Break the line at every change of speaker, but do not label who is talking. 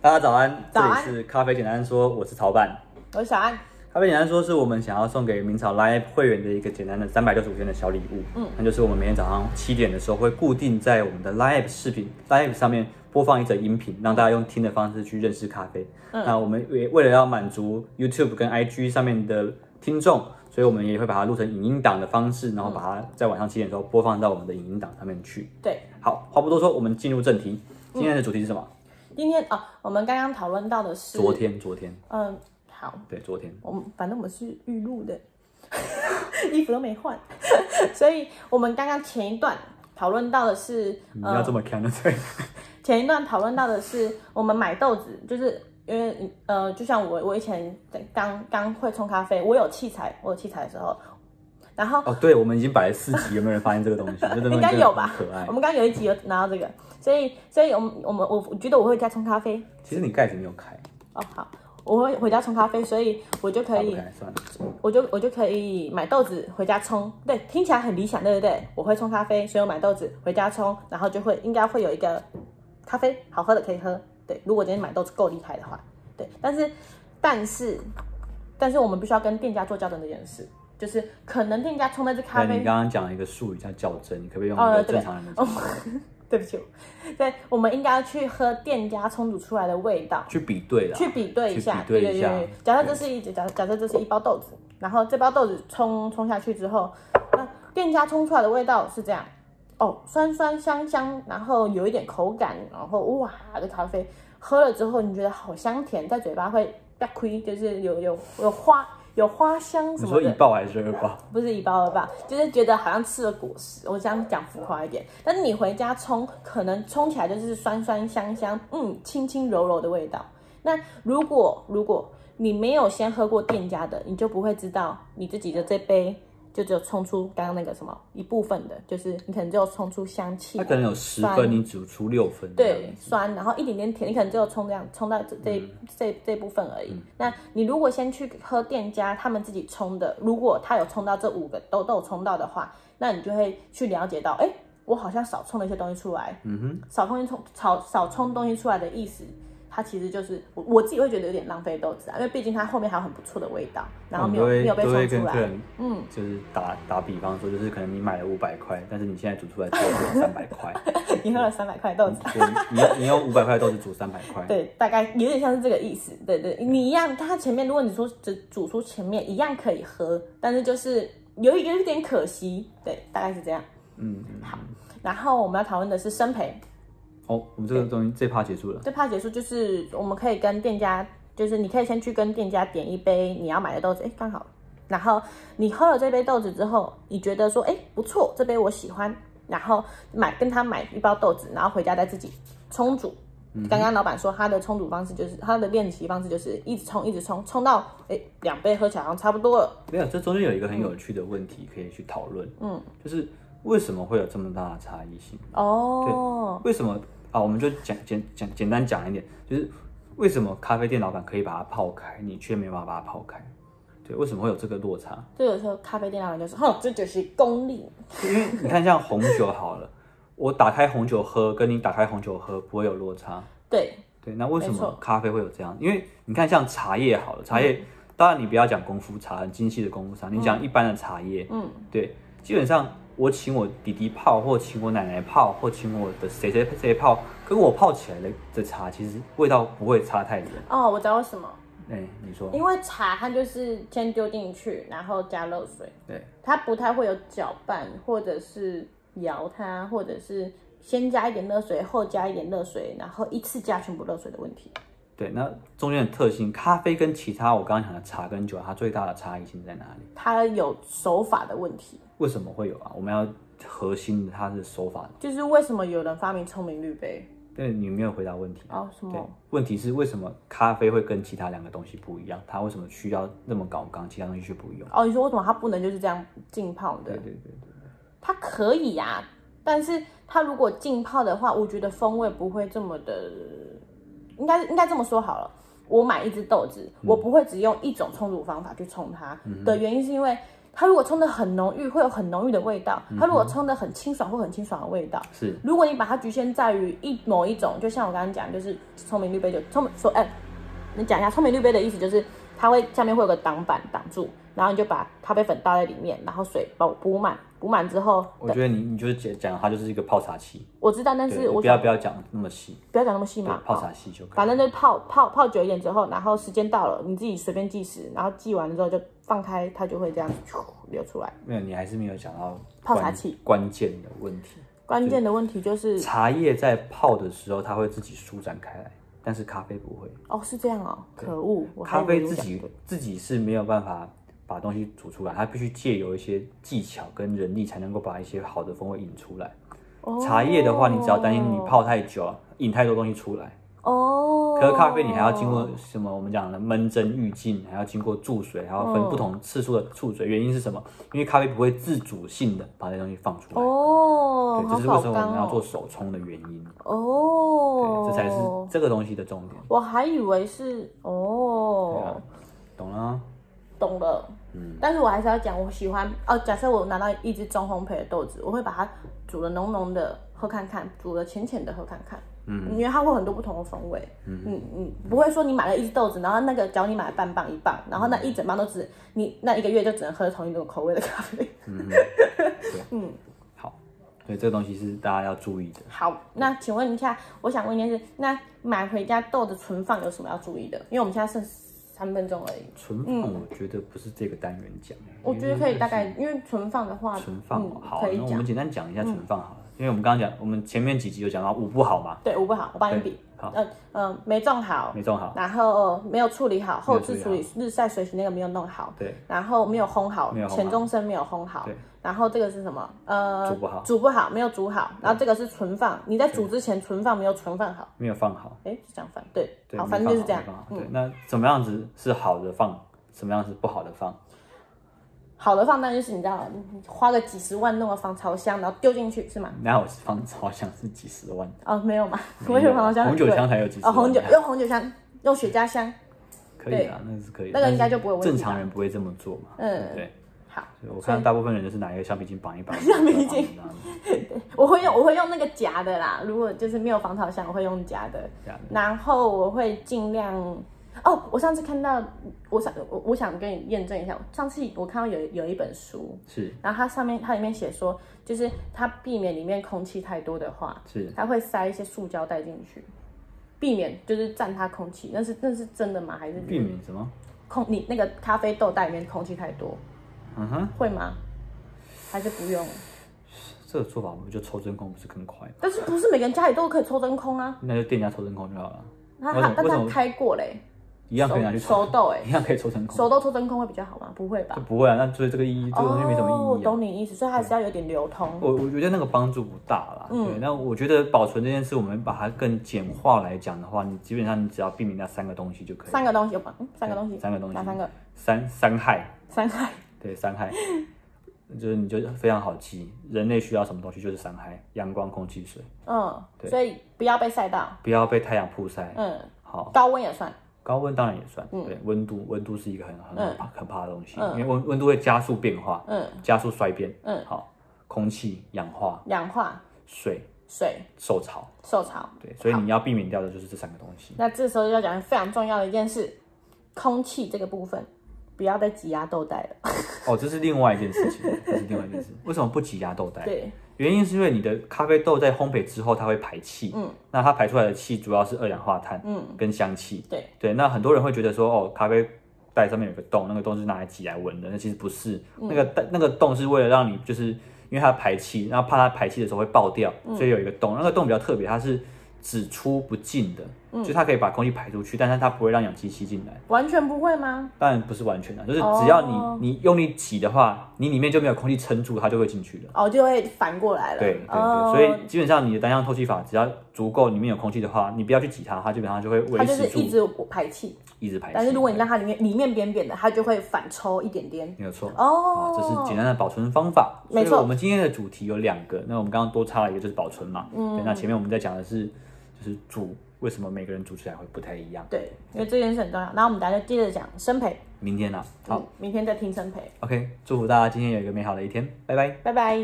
大家早安，
早安
这里是咖啡简单说，我是曹办。
我是小安，
咖啡简单说是我们想要送给明朝 Live 会员的一个简单的三百六十五天的小礼物。嗯，那就是我们每天早上七点的时候会固定在我们的 Live 视频 Live 上面播放一则音频，让大家用听的方式去认识咖啡。
嗯
那我们也为了要满足 YouTube 跟 IG 上面的听众，所以我们也会把它录成影音档的方式，然后把它在晚上七点的时候播放到我们的影音档上面去。
对，
好，话不多说，我们进入正题。今天的主题是什
嗯
么？
今天啊，我们刚刚讨论到的是
昨，天，昨天，
嗯，好，
对，昨天。
我们反正我们是预录的， 衣服都没换， 所以我们刚刚前一段讨论到的是，
你
呃
要这么看的对，
前一段讨论到的是我们买豆子，就是因为呃，就像我我以前在刚刚会冲咖啡，我有器材，我有器材的时候，然后
哦，对，我们已经摆了四集，有没有人发现这个东西？这东西
应该
真的
有
很
吧
可爱
我。们刚刚有一集有拿到这个，所以所以我们我们我我觉得我会在冲咖啡，
其实你盖子没有开，
哦，好，我会回家冲咖啡，所以我就可
打不
以，
开算了。
我就我就可以买豆子回家冲。对，听起来很理想，对不对？我会冲咖啡，所以我买豆子回家冲，然后就会应该会有一个咖啡好喝的可以喝。对，如果今天买豆子够厉害的话，对，但是但是但是我们必须要跟店家做校正这件事，就是可能店家冲那支
那
咖
哎你
啡，
刚刚讲了一个术语叫较真，你可不可以用一
哦
个
对
正常人的
哦
讲法，
对不起，我对，我们应该要去喝店家冲煮出来的味道。
去比对啦？
去比对一下，
去比对一下
对对。假设这是一假假设这是一包豆子，然后这包豆子冲冲下去之后，那店家冲出来的味道是这样，哦，酸酸香香，然后有一点口感，然后哇，这咖啡喝了之后你觉得好香甜，在嘴巴会要亏，就是有有有花有花香
你
什么
说
的
一。爆还是二爆？
不是一包了吧，就是觉得好像吃了果实。我这样讲浮夸一点，但是你回家冲，可能冲起来就是酸酸香香，嗯，轻轻柔柔的味道。那如果如果你没有先喝过店家的，你就不会知道你自己的这杯就只有冲出刚刚那个什么一部分的，就是你可能只有冲出香气
它，可能有十分，
酸
你只出六分。
对，酸，嗯然后一点点甜，你可能只有冲这样冲到这这、这这部分而已。那你如果先去喝店家他们自己冲的，如果他有冲到这五个都都有冲到的话，那你就会去了解到，哎，我好像少冲了一些东西出来。嗯哼，少冲一冲少少冲东西出来的意思。它其实就是我我自己会觉得有点浪费豆子啊，因为毕竟它后面还有很不错的味道，然后
我
没
们
有
都会
没有被
都会
冲
跟
出
客
来。
人，
嗯，
就是打打比方说，就是可能你买了五百块，但是你现在煮出来只有三百块，
你喝了三百块豆子，
所以你你你用五百块都是煮三百块。
对，大概有点像是这个意思。对对，你一样，它前面如果你说只煮出前面一样可以喝，但是就是有一有一点可惜。对，大概是这样。
嗯，
然后我们要讨论的是生培，
哦，我们这个东西这趴结束了。
这趴结束就是我们可以跟店家，就是你可以先去跟店家点一杯你要买的豆子，哎，刚好。然后你喝了这杯豆子之后，你觉得说，哎，不错，这杯我喜欢，然后买跟他买一包豆子，然后回家再自己冲煮。刚刚老板说他的冲煮方式就是他的练习方式就是一直冲一直冲，冲到哎两杯喝起来好像差不多了。
没有，这中间有一个很有趣的问题可以去讨论，嗯，就是为什么会有这么大的差异性？
哦，
为什么啊？我们就简简简简单讲一点，就是为什么咖啡店老板可以把它泡开，你却没办法把它泡开？对，为什么会有这个落差？
就有时候咖啡店老板就说，哼，这就是功力。
因为你看，像红酒好了，我打开红酒喝，跟你打开红酒喝不会有落差。
对，
对，那为什
没
么
错嗯
咖啡会有这样？因为你看，像茶叶好了，茶叶、当然你不要讲功夫茶，很精细的功夫茶，你讲一般的茶叶，
嗯，
对，基本上我请我弟弟泡，或请我奶奶泡，或请我的谁谁谁泡，跟我泡起来的的茶，其实味道不会差太远。
哦，我知道为什么。
哎、你说
因为茶它就是先丢进去，然后加热水，
对？
它不太会有搅拌或者是摇它，或者是先加一点热水，后加一点热水，然后一次加全部热水的问题。
对，那中间的特性，咖啡跟其他我刚刚讲的茶跟酒，它最大的差异性在哪里？
它有手法的问题，
为什么会有啊？我们要核心的它是手法，
就是为什么有人发明聪明绿杯
但你没有回答问题。
哦什
对
么？，
问题是为什么咖啡会跟其他两个东西不一样？它为什么需要那么高刚，其他东西却不用？
哦，你说为什么它不能就是这样浸泡的？
对对对，
它可以呀、但是它如果浸泡的话，我觉得风味不会这么的，应该应该这么说好了。我买一只豆子，我不会只用一种冲煮方法去冲它的原因是因为它如果冲的很浓郁，会有很浓郁的味道；它如果冲的很清爽，会有很清爽的味道。
是
如果你把它局限在于一某一种，就像我刚刚讲，就是聪明绿杯酒，聪明说，哎、你讲一下聪明绿杯的意思，就是它会下面会有个挡板挡住，然后你就把咖啡粉倒在里面，然后水把我补满，补满之后，
我觉得你你就是讲讲它就是一个泡茶器，
我知道，但
哦对
是
你
我
不要
想
不要讲那么细，
不要讲那么细
对
嘛，
泡茶器就可以。
反正就泡泡泡久一点之后，然后时间到了，你自己随便计时，然后计完之后就放开，它就会这样咻流出来。
没有，你还是没有讲到
泡茶
关
器
关键的问题。
关键的问题就是，
茶叶在泡的时候，它会自己舒展开来，但是咖啡不会。
哦，是这样哦，可恶，我还
咖
以为
啡
我
自
讲
己
对
自己是没有办法把东西煮出来，它必须借由一些技巧跟人力才能够把一些好的风味引出来。茶叶的话，你只要担心你泡太久啊，引太多东西出来。
哦，
可是咖啡你还要经过什么？我们讲的闷蒸、预浸，还要经过注水，还要分
嗯
不同次数的注水。原因是什么？因为咖啡不会自主性的把那东西放出来。
哦，
对，
好
这是为
搞
什么我
纲
们要
哦
做，手冲的原因。
哦，
对，这才是这个东西的重点。
我还以为是
对啊，，
哦
嗯懂了啊？
懂了。但是我还是要讲，我喜欢哦。假设我拿到一支中烘焙的豆子，我会把它煮的浓浓的喝看看，煮的浅浅的喝看看。嗯，因为它会有很多不同的风味。嗯嗯不会说你买了一只豆子，然后那个假如你买了半磅一磅，然后那一整磅都只你那一个月就只能喝同一种口味的咖啡。
好，所以这个东西是大家要注意的。
好，那请问一下，我想问一件事，那买回家豆子存放有什么要注意的？因为我们现在剩三分钟而已，
存放我觉得不是这个单元讲，
我觉得可以大概，因为存放的话，
存放哦
嗯、
好，
可
那
以
我
讲嗯
们。简单讲一下存放好了，因为我们刚刚讲，我们前面几集有讲到五不好嘛，
对，我不好，我帮你
对
比。
好
嗯嗯，没种好，
没种好，
然后呃没有处理好，后置
处
处
理
理日晒水洗那个没有弄好，
对，
然后没有烘好
没有烘，好
前中生没有烘好
对，
然后这个是什么？呃，
煮不好
煮不好，没有煮好，然后这个是存放，你在煮之前存放没有存放好，
没有放好，
哎，是这样放，对，
对，
好，
没
反正就是
放
这样
好没放好，
嗯，
对，那怎么样子是好的放，什么样是不好的放？
好的放当然就是你知道，你花个几十万弄个防潮箱，然后丢进去是吗？
那我放好像是几十万，
哦，没有嘛，
没有
我以为防潮箱
红
很
酒
贵
箱才有几十
哦，
万，
红酒用红酒箱，用雪茄箱，
可以啊，那是可以的，
那个应
但
该
是
就不会有问题
正
吧
常人不会这么做嘛，
嗯
对。
好，
所以我看到大部分人就是拿一个橡皮筋绑一绑，
橡皮筋
绑一绑
我会用我会用那个夹的啦，如果就是没有防潮箱，我会用夹的。
这样的。
然后我会尽量哦，我上次看到，我想我我想跟你验证一下，上次我看到有有一本书，
是
然后它上面它里面写说，就是它避免里面空气太多的话，
是，
它会塞一些塑胶袋进去，避免就是占它空气。那是那是真的吗？还是
避免什么？
空你那个咖啡豆袋里面空气太多
嗯哼，
会吗？还是不用？
这个做法不就抽真空不是更快吗？
但是不是每个人家里都可以抽真空啊？
那就店家抽真空就好了，
它
为什
它
么
但
为什
它
么
开过嘞、
一样可以拿去
熟
抽
熟豆哎、
一样可以抽真空，
手都抽真空会比较好吗？不会吧
就？不会啊。那所以这个意义，这个东西没什么
哦，
意义、啊。
懂你意思，所以还是要有点流通。
我我觉得那个帮助不大啦。
嗯
对，那我觉得保存这件事，我们把它更简化来讲的话，你基本上你只要避免那三个东西就可以。
三个东西有吧？嗯，三个东西，
三个东西
哪三个？
三三害，
三害。
对，伤害，就是你就非常好记。人类需要什么东西就是伤害，阳光、空气、水，
嗯，所以不要被晒到。
不要被太阳曝晒。
嗯，
好，
高温也算。
高温当然也算，对，温度温度是一个很很很怕可怕的东西，
嗯
因为温温度会加速变化，
嗯，
加速衰变。
嗯，
好，空气氧化、
氧化、
水、
水、
受潮，
受潮。
对，所以你要避免掉的就是这三个东西。
那这时候就要讲非常重要的一件事，空气这个部分，不要再挤压豆袋了。
哦，这是另外一件事情， 这是另外一件事。为什么不挤压豆袋？
对，
原因是因为你的咖啡豆在烘焙之后，它会排气，嗯，那它排出来的气主要是二氧化碳，嗯，跟香气，
对
对。那很多人会觉得说，哦，咖啡袋上面有个洞，那个洞是拿来挤来闻的，那其实不是，那个袋那个洞是为了让你就是因为它排气，然后怕它排气的时候会爆掉，所以有一个洞，那个洞比较特别，它是只出不进的，就它可以把空气排出去，但是它不会让氧气吸进来。
完全不会吗？
当然不是完全的，就是
哦
只要你、你用力挤的话，你里面就没有空气撑住，它就会进去了。
哦，就会反过来了。
对对对，
哦
所以基本上你的单向透气法，只要足够里面有空气的话，你不要去挤它，它基本上就会维
它就是
持
一
住
直排气，
一直排气。
但是如果你让它里面里面扁扁的，它就会反抽一点点。
没有错啊，
哦，
这是简单的保存方法。
没错
所以我们今天的主题有两个，那我们刚刚多插了一个就是保存嘛。嗯，对，那前面我们在讲的是就是煮为什么每个人煮起来会不太一样。
对，因为这件事很重要。然后我们大家接着讲生培，
明天啊，好、
嗯，明天再听生培，
o k 祝福大家今天有一个美好的一天，拜拜。
拜拜。